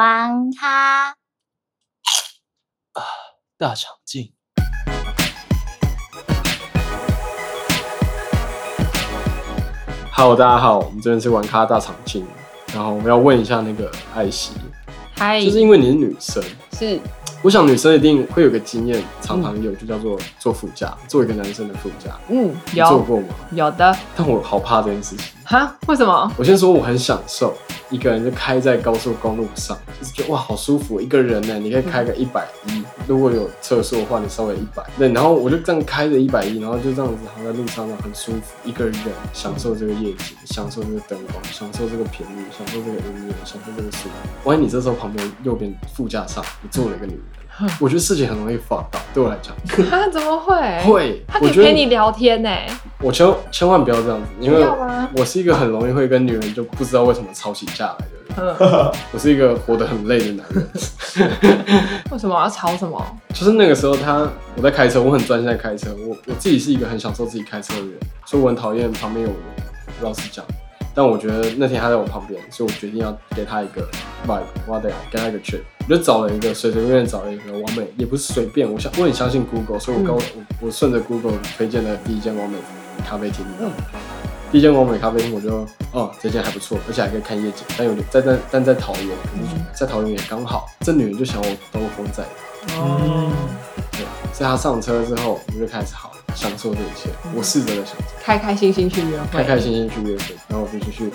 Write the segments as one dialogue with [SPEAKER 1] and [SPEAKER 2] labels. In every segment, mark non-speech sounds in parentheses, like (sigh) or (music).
[SPEAKER 1] 玩咖。
[SPEAKER 2] 大长今。Hello，大家好，我们这边是玩咖大长今，然后我们要问一下那个艾希，
[SPEAKER 3] 嗨，
[SPEAKER 2] 就是因为你是女生，
[SPEAKER 3] 是
[SPEAKER 2] 我想女生一定会有个经验，常常有，就叫做做副驾，做一个男生的副驾，
[SPEAKER 3] 嗯，
[SPEAKER 2] 你做
[SPEAKER 3] 有
[SPEAKER 2] 过吗？
[SPEAKER 3] 有的
[SPEAKER 2] 但我好怕这件事情。
[SPEAKER 3] 哈？为
[SPEAKER 2] (laughs)
[SPEAKER 3] 什么？
[SPEAKER 2] 我先说我很享受一个人就开在高速公路上，就是觉得哇好舒服，一个人呢，你可以开
[SPEAKER 3] 嗯
[SPEAKER 2] 个一百一，如果有厕所的话，你稍微一百，对，然后我就这样开着一百一，然后就这样子行在路上，很舒服，一个人享受这个夜景，享受这个灯光，享受这个频率，享受这个音乐，享受这个舒服。万一你这时候旁边右边副驾上你坐了一个女
[SPEAKER 3] (laughs)
[SPEAKER 2] 人，我觉得事情很容易发到，对我来讲
[SPEAKER 3] 哈？怎么会？，
[SPEAKER 2] 会
[SPEAKER 3] 哎他，可
[SPEAKER 2] 我
[SPEAKER 3] 以
[SPEAKER 2] 觉
[SPEAKER 3] 陪你
[SPEAKER 2] 得
[SPEAKER 3] 聊天呢、
[SPEAKER 2] 我千千万不要这样子，因
[SPEAKER 3] 不
[SPEAKER 2] 为
[SPEAKER 3] 要吗
[SPEAKER 2] 我是一个很容易会跟女人就不知道为什么吵起架来的人。 (laughs)
[SPEAKER 3] 嗯，
[SPEAKER 2] 我是一个活得很累的男人，
[SPEAKER 3] 为什么要吵什么？哦
[SPEAKER 2] 就是那个时候他我在开车，我很专心在开车，我我自己是一个很享受自己开车的人，所以我很讨厌旁边有人。老实讲，但我觉得那天他在我旁边，所以我决定要给他一个 vibe，我要给他一个 trip，我就找了一个随随便便找了一个完美，也不是随便，我相我很相信 Google，所以我跟我、我顺着 Google 推荐的第一间完美咖啡厅。
[SPEAKER 3] 嗯
[SPEAKER 2] 第一间完美咖啡厅，我就哦，这间还不错，而且还可以看夜景，但有点在在但在桃园，可是
[SPEAKER 3] 嗯
[SPEAKER 2] 在桃园也刚好。这女人就想我兜风在，嗯
[SPEAKER 3] 哦，
[SPEAKER 4] 嗯
[SPEAKER 2] 对，所以她上车之后，我就开始好享受这一切，我试着的享受，
[SPEAKER 3] 开开心心去约会，
[SPEAKER 2] 开开心心去约会，然后我就继续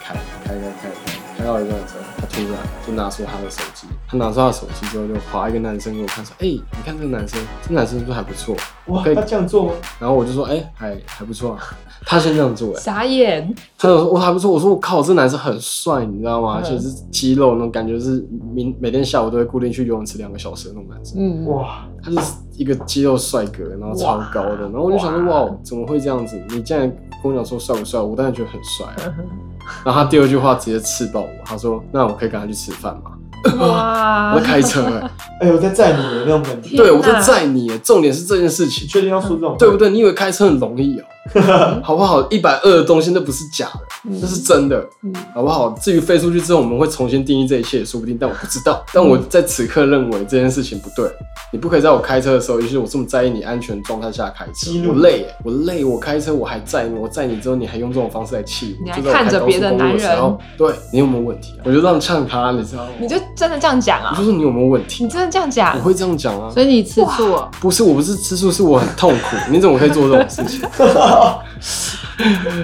[SPEAKER 2] 开开开开开到一半的时候，她突然就拿出她的手机，她拿出她的手机之后就划一个男生给我看，说，哎、你看这个男生，这男生是不是还不错？
[SPEAKER 4] 哇，
[SPEAKER 2] 可以
[SPEAKER 4] 他这样做吗？
[SPEAKER 2] 然后我就说，哎、还还不错啊。 (laughs) 她先这样做、哎。
[SPEAKER 3] 傻眼，
[SPEAKER 2] 他有说哦我还不错，我说我靠，这男生很帅，你知道吗？
[SPEAKER 3] 嗯
[SPEAKER 2] 就是肌肉那种感觉，是明每天下午都会固定去游泳池两个小时的那种男生。
[SPEAKER 3] 嗯，
[SPEAKER 4] 哇，
[SPEAKER 2] 他就是一个肌肉帅哥，然后超高的，然后我就想说，
[SPEAKER 3] 哇
[SPEAKER 2] 哇，怎么会这样子？你竟然跟我讲说帅不帅？我当然觉得很帅
[SPEAKER 3] (laughs)
[SPEAKER 2] 啊、然后他第二句话直接刺爆我，他说：“那我可以跟他去吃饭
[SPEAKER 3] (laughs)
[SPEAKER 2] 吗？”
[SPEAKER 3] 哇
[SPEAKER 2] 我，在开车、
[SPEAKER 3] (laughs)
[SPEAKER 2] 欸，
[SPEAKER 4] 哎呦，在载你的那种感觉，
[SPEAKER 3] 啊天哪
[SPEAKER 2] 对我在载你欸，重点是这件事情
[SPEAKER 4] 你，确定要说这种？
[SPEAKER 2] 对不？对？你以为开车很容易哦、
[SPEAKER 3] (laughs)
[SPEAKER 2] 好不好？一百二的东西那不是假的，
[SPEAKER 3] 嗯
[SPEAKER 2] 那是真的。
[SPEAKER 3] 嗯
[SPEAKER 2] 好不好？至于飞出去之后，我们会重新定义这一切，也说不定。但我不知
[SPEAKER 3] (laughs)
[SPEAKER 2] 道，但我在此刻认为这件事情不对。你不可以在我开车的时候，尤其我这么在意你安全状态下开车
[SPEAKER 4] 激，怒
[SPEAKER 2] 我累耶，我累，我开车我还载你，我载你之后，你还用这种方式来气我，
[SPEAKER 3] 你还
[SPEAKER 2] 就在我
[SPEAKER 3] 看着
[SPEAKER 2] 开高速
[SPEAKER 3] 别的
[SPEAKER 2] 公路
[SPEAKER 3] 男
[SPEAKER 2] 时候
[SPEAKER 3] 人，
[SPEAKER 2] 对你有没有问题啊、我就这样呛他，你知道吗？
[SPEAKER 3] 你就真的这样讲
[SPEAKER 2] 我
[SPEAKER 3] 啊
[SPEAKER 2] 就？说你有没有问题
[SPEAKER 3] 你？真的这样讲
[SPEAKER 2] 我？会这样讲啊，
[SPEAKER 5] 所以你吃醋哦，
[SPEAKER 2] 不是我不是吃醋，是我很痛苦。你怎么可以做这种事情？
[SPEAKER 3] (laughs)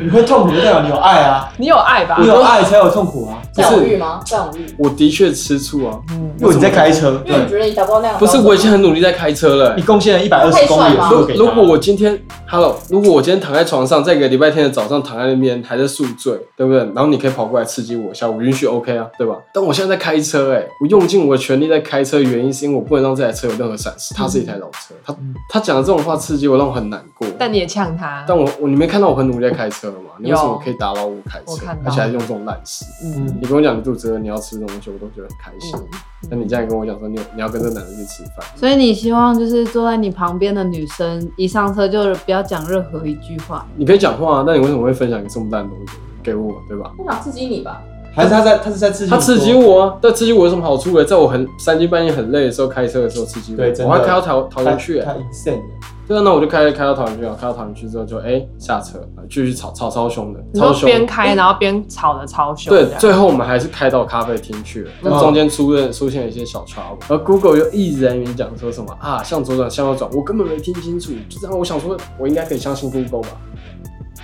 [SPEAKER 4] 你会痛苦，代表你有爱啊，
[SPEAKER 3] 你有爱吧
[SPEAKER 4] 你？有爱才有痛苦啊，
[SPEAKER 2] 不
[SPEAKER 5] 占有欲
[SPEAKER 2] 是，
[SPEAKER 5] 吗？占有欲，
[SPEAKER 2] 我的确吃醋啊，
[SPEAKER 4] 因为你在开车，
[SPEAKER 5] 因为你
[SPEAKER 4] 对，
[SPEAKER 5] 觉得你达不到那样的
[SPEAKER 2] 不是
[SPEAKER 5] 标准
[SPEAKER 2] 我已经很努力在开车了、欸
[SPEAKER 4] 你贡献了一百二十公里的
[SPEAKER 3] 啊
[SPEAKER 5] 太帅
[SPEAKER 4] 速
[SPEAKER 5] 了
[SPEAKER 4] 度
[SPEAKER 2] 如
[SPEAKER 4] 给他
[SPEAKER 2] 如果我今天，Hello，如果我今天躺在床上，在一个礼拜天的早上躺在那边还在宿醉，对不对？然后你可以跑过来刺激我一下，我允许 OK 啊，对吧？但我现在在开车、欸，我用尽我的全力在开车，原因是因为我不能让这台车有任何闪失，它是一台老车，他他讲的这种话刺激我，让我很难过。
[SPEAKER 3] 嗯但你也呛他，
[SPEAKER 2] 但我我你没看到我很努力在开车了吗？你为什么
[SPEAKER 3] 有
[SPEAKER 2] 可以打扰我开
[SPEAKER 3] 我
[SPEAKER 2] 车
[SPEAKER 3] 看，
[SPEAKER 2] 而
[SPEAKER 3] 到
[SPEAKER 2] 且还用这种烂事？
[SPEAKER 3] 嗯，
[SPEAKER 2] 你跟我讲你肚子饿，你要吃东西，我都觉得很开心。
[SPEAKER 3] 嗯
[SPEAKER 2] 那你现在跟我讲说你有你要跟这男人去吃饭，
[SPEAKER 5] 所以你希望就是坐在你旁边的女生一上车就不要讲任何一句
[SPEAKER 1] (laughs)
[SPEAKER 5] 话，
[SPEAKER 2] 你可以讲话啊，但你为什么会分享一个这么烂的东西给我，对吧？
[SPEAKER 5] 他想刺激你吧？
[SPEAKER 4] 还是他在，他是在刺激，
[SPEAKER 2] 他刺激，我啊，但刺激我有什么好处呢？在我很三更半夜很累的时候开车的时候刺激我，
[SPEAKER 4] 对真的
[SPEAKER 2] 我还开到桃桃园去、
[SPEAKER 4] 他
[SPEAKER 2] 欸，
[SPEAKER 4] insane 的，
[SPEAKER 2] 对啊，那我就开开到桃园去啊，开到桃园去之后就哎、下车，继续吵吵超凶的，
[SPEAKER 3] 你
[SPEAKER 2] 超
[SPEAKER 3] 说
[SPEAKER 2] 凶的。
[SPEAKER 3] 边开然后边吵的超凶，
[SPEAKER 2] 对
[SPEAKER 3] 这，样
[SPEAKER 2] 最后我们还是开到咖啡厅去了，但
[SPEAKER 4] 嗯
[SPEAKER 2] 中间出现出现了一些小 trouble，而
[SPEAKER 3] 嗯
[SPEAKER 2] Google 又一直在那边讲说什么啊，向左转，向右转，我根本没听清楚，就这样，我想说，我应该可以相信 Google 吧。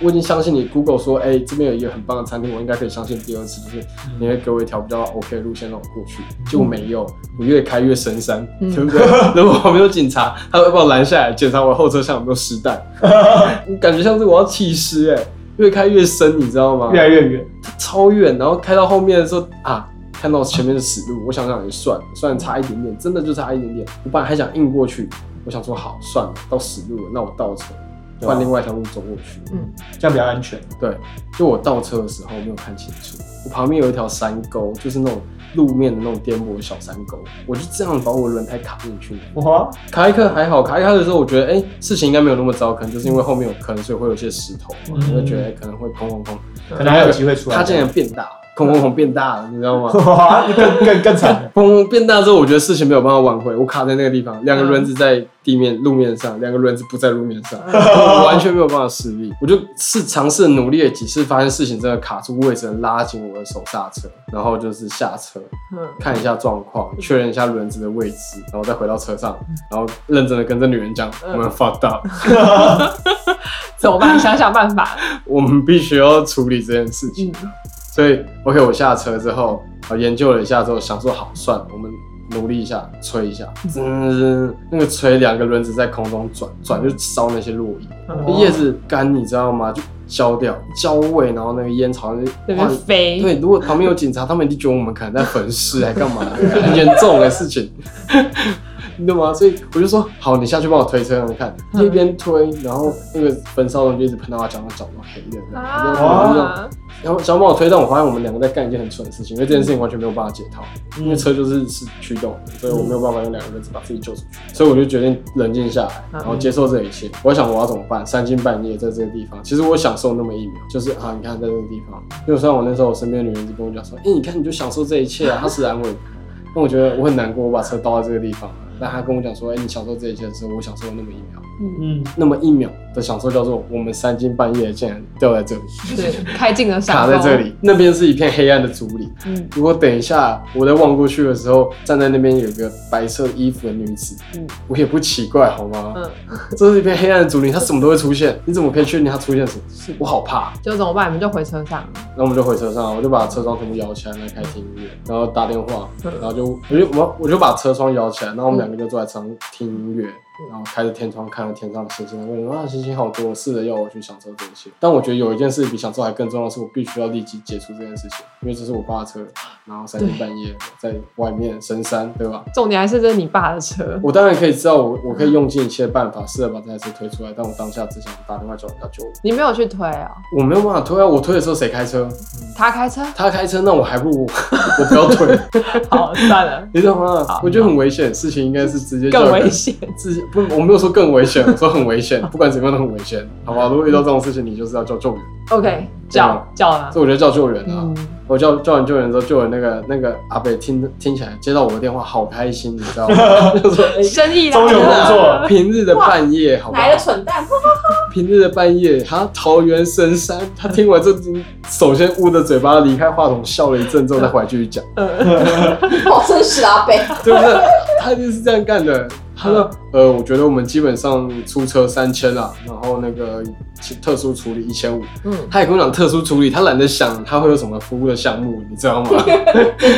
[SPEAKER 2] 我已经相信你，Google 说，哎、这边有一个很棒的餐厅，我应该可以相信第二次，就是
[SPEAKER 4] 嗯
[SPEAKER 2] 你会给我一条比较 OK 的路线让我过去。
[SPEAKER 3] 嗯
[SPEAKER 2] 结果没有，我越开越深山，对不对？如果旁边有警察，他会把我拦下来，检查我后车厢有没有实
[SPEAKER 3] (laughs)
[SPEAKER 2] 弹。我感觉像是我要弃尸哎，越开越深，你知道吗？
[SPEAKER 4] 越来越远，
[SPEAKER 2] 超远，然后开到后面的时候啊，看到前面的死路，我想想也算了，虽然差一点点，真的就差一点点。我本来还想硬过去，我想说好算了，到死路了，那我倒车，
[SPEAKER 4] 对啊
[SPEAKER 2] 换另外一条路走过去。
[SPEAKER 3] 嗯
[SPEAKER 4] 这样比较安全。
[SPEAKER 2] 对，就我倒车的时候没有看清楚，我旁边有一条山沟，就是那种路面的那种颠簸的小山沟，我就这样把我轮胎卡进去。
[SPEAKER 4] 哇，
[SPEAKER 2] 卡一刻还好，卡一刻的时候我觉得哎、事情应该没有那么糟，可能就是因为后面有坑，所以会有一些石头嘛，
[SPEAKER 4] 嗯
[SPEAKER 2] 我就觉得、哎可能会砰砰砰，
[SPEAKER 4] 可能还有机会出来。
[SPEAKER 2] 它竟然变大，砰砰砰变大了，你知道吗？
[SPEAKER 4] (laughs) 哇，更更更惨，
[SPEAKER 2] 砰砰变大之后，我觉得事情没有办法挽回，我卡在那个地方，两个轮子在地面路面上，两个轮子不在路面上，我完全没有办法施力。我就试尝试努力了几次，发现事情真的卡住，我也只能拉紧我的手刹车，然后就是下车
[SPEAKER 3] 嗯，
[SPEAKER 2] 看一下状况，确认一下轮子的位置，然后再回到车上，然后认真的跟这女人讲，
[SPEAKER 3] 嗯
[SPEAKER 2] 我们 fucked up，
[SPEAKER 3] 怎么办？想想办
[SPEAKER 2] (laughs)
[SPEAKER 3] 法。
[SPEAKER 2] 我们必须要处理这件事情。
[SPEAKER 3] 嗯，
[SPEAKER 2] 所以 OK，我下车之后，呃，研究了一下之后，想说好算了，我们努力一下，吹一下，嗯，那个吹两个轮子在空中转转，就烧那些落叶，
[SPEAKER 4] 哦
[SPEAKER 2] 那叶子干你知道吗？就焦掉，焦味，然后那个烟草就
[SPEAKER 3] 那
[SPEAKER 2] 哇
[SPEAKER 3] 边飞。
[SPEAKER 2] 对，如果旁边有警察，他们一定觉得我们可能在焚尸，还干嘛？ (laughs) 很严重的事情，你懂吗？所以我就说，好，你下去帮我推车上看，
[SPEAKER 3] 嗯
[SPEAKER 2] 一边推，然后那个焚烧的就一直喷到他脚上，脚都黑的，然后就那种
[SPEAKER 3] 啊，
[SPEAKER 2] 然后想要帮我推动，我发现我们两个在干一件很蠢的事情，因为这件事情完全没有办法解套，
[SPEAKER 4] 嗯
[SPEAKER 2] 因为车就是是驱动的，所以我没有办法用两个人只把自己救出去，所以我就决定冷静下来，然后接受这一切。我想我要怎么办？三更半夜在这个地方，其实我享受那么一秒，就是啊，你看在这个地方，因为虽然我那时候我身边的女人就跟我讲说，哎、你看你就享受这一切啊，她是安慰我，那我觉得我很难过，我把车倒在这个地方，但她跟我讲说，哎、你享受这一切的时候，我享受了那么一秒，
[SPEAKER 4] 嗯，
[SPEAKER 2] 那么一秒的享受叫做我们三更半夜竟然掉在这里。
[SPEAKER 3] 是开进了
[SPEAKER 2] 卡
[SPEAKER 3] 闪
[SPEAKER 2] 在这。里，那边是一片黑暗的竹林。
[SPEAKER 5] 嗯
[SPEAKER 2] 如果等一下我在望过去的时候，站在那边有一个白色衣服的女子，
[SPEAKER 3] 嗯
[SPEAKER 2] 我也不奇怪，好吗？
[SPEAKER 3] 嗯，
[SPEAKER 2] 这是一片黑暗的竹林，它什么都会出现，你怎么可以确定它出现什么？我好怕。
[SPEAKER 3] 就怎么办？我们就回车上。
[SPEAKER 2] 然后我们就回车上，我就把车窗全部摇起来，然后开始听音乐，然后打电话，
[SPEAKER 3] 嗯
[SPEAKER 2] 然后就我就我我就把车窗摇起来，然后我们两个就坐在车上听音乐，然后开着天窗看着天上的星星，我说啊星星好多，试着要我去享受这些。但我觉得有一件事比享受还更重要的是，我必须要立即解除这件事情，因为这是我爸的车，然后三更半夜在外面深山，对吧？
[SPEAKER 3] 重点还是这是你爸的车。
[SPEAKER 2] 我当然可以知道我我可以用尽一切办法试着把这台车推出来，但我当下只想打电话叫人家救我，
[SPEAKER 3] 你没有去推啊、
[SPEAKER 2] 我没有办法推啊！我推的时候谁开车？
[SPEAKER 3] 他开车？
[SPEAKER 2] 他开车，那我还不如 (laughs) 我不要推，
[SPEAKER 3] 好，算
[SPEAKER 2] (laughs)
[SPEAKER 3] 了，
[SPEAKER 2] 你懂吗
[SPEAKER 3] 好？
[SPEAKER 2] 我觉得很危险，事情应该是直接叫
[SPEAKER 3] 更
[SPEAKER 2] 人
[SPEAKER 3] 危，险。
[SPEAKER 2] 自己不，我没有说更危险，我说很危险，不管怎么样都很危险，好吧？如果遇到这种事情，你就是要叫救援，
[SPEAKER 3] OK，叫叫了。
[SPEAKER 2] 所以我觉得叫救援啊。
[SPEAKER 3] 嗯，
[SPEAKER 2] 我叫叫完救援之后，救援那个那个阿北听听起来接到我的电话，好开心，你
[SPEAKER 3] (laughs)
[SPEAKER 2] 知道吗？就说哎。
[SPEAKER 3] 生意
[SPEAKER 4] 终于有工作了
[SPEAKER 2] 平日的半夜，好吧
[SPEAKER 5] 来，了蠢蛋，
[SPEAKER 2] 平日的半夜，他桃园深山，他听完这，首先捂着嘴巴离开话筒，笑了一阵之后，再回来继续讲。
[SPEAKER 1] 哦
[SPEAKER 5] 好真实啊，北。
[SPEAKER 2] 对不对？他就是这样干的。
[SPEAKER 5] 嗯
[SPEAKER 2] 他说：“呃，我觉得我们基本上出车三千啊，然后那个特殊处理一千五。
[SPEAKER 3] 嗯，
[SPEAKER 2] 他也跟我讲特殊处理，他懒得想他会有什么服务的项目，你知道
[SPEAKER 5] (laughs)
[SPEAKER 2] 吗？
[SPEAKER 5] (laughs)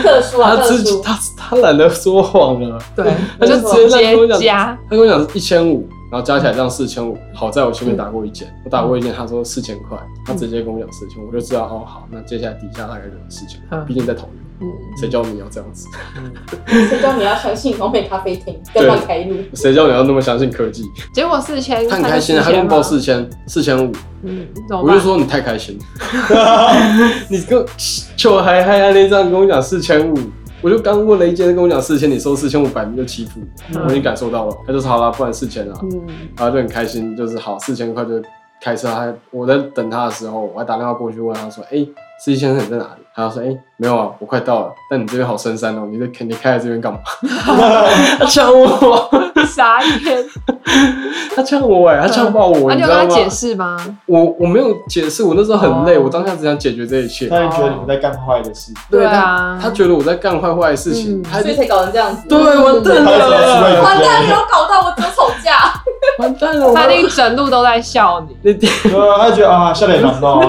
[SPEAKER 5] 特殊
[SPEAKER 2] 他自己他他懒得说谎了。 (laughs)
[SPEAKER 3] 对，
[SPEAKER 2] 他 (laughs) 就
[SPEAKER 3] 直
[SPEAKER 2] 直接让
[SPEAKER 3] 接
[SPEAKER 2] 他
[SPEAKER 3] 加。
[SPEAKER 2] 他跟我讲是一千五，然后加起来这样四千五。好在我前面打过一件，
[SPEAKER 5] 嗯
[SPEAKER 2] 我打过一件，他说四千块，他直接跟我讲四千，我就知道哦，好，那接下来底下大概就是四千
[SPEAKER 3] 嗯，
[SPEAKER 2] 毕竟在桃园，
[SPEAKER 3] 嗯，
[SPEAKER 2] 谁叫你要这样子？
[SPEAKER 1] 谁叫你要相信完美咖啡厅，不要乱开路？
[SPEAKER 2] 谁叫你要那么相信科技？
[SPEAKER 3] 结果四
[SPEAKER 5] 嗯
[SPEAKER 3] 千，
[SPEAKER 2] 他很开心啊，他
[SPEAKER 3] 就
[SPEAKER 2] 跟我报
[SPEAKER 3] 4000吗
[SPEAKER 2] 四千四千五。”
[SPEAKER 3] 嗯，怎么
[SPEAKER 2] 我就
[SPEAKER 3] 办？
[SPEAKER 2] 说你太开心了， (laughs) 你跟我就还嗨嗨那张跟我讲四千五，我就刚问了一件跟我讲四千，你收四千五，摆明就欺负我，
[SPEAKER 3] 嗯
[SPEAKER 2] 我已经感受到了。他就说好啦，不然四千啦，啊
[SPEAKER 3] 嗯，
[SPEAKER 2] 然后就很开心，就是好四千块就开车。他我在等他的时候，我还打电话过去问他说，哎、司机先生你在哪里？他说：“哎、没有啊，我快到了。但你这边好深山哦，你在你开来这边干嘛？” (laughs) 他呛我，
[SPEAKER 3] 傻眼。
[SPEAKER 2] 他呛我哎、他呛爆我，
[SPEAKER 3] 啊，
[SPEAKER 2] 你知
[SPEAKER 3] 你有跟
[SPEAKER 2] 道
[SPEAKER 3] 他
[SPEAKER 2] 吗？
[SPEAKER 3] 解释吗？
[SPEAKER 2] 我我没有解释，我那时候很累，
[SPEAKER 3] 哦
[SPEAKER 2] 我当下只想解决这一切。
[SPEAKER 4] 他就觉得你们在干坏的事，
[SPEAKER 3] 对啊
[SPEAKER 2] 他，他觉得我在干坏坏的事情，
[SPEAKER 3] 嗯
[SPEAKER 2] 他
[SPEAKER 1] 所以才搞成这样子。
[SPEAKER 2] 对完
[SPEAKER 4] 他为
[SPEAKER 2] 蛋
[SPEAKER 4] 什么出来
[SPEAKER 2] 了，
[SPEAKER 1] 完蛋，你
[SPEAKER 4] 有
[SPEAKER 1] 有搞到我，只有吵架。
[SPEAKER 2] 完蛋了，
[SPEAKER 3] 他
[SPEAKER 2] 我
[SPEAKER 3] 那一整路都在笑你。
[SPEAKER 2] 你点
[SPEAKER 4] 对啊，他就觉得啊，笑脸难到，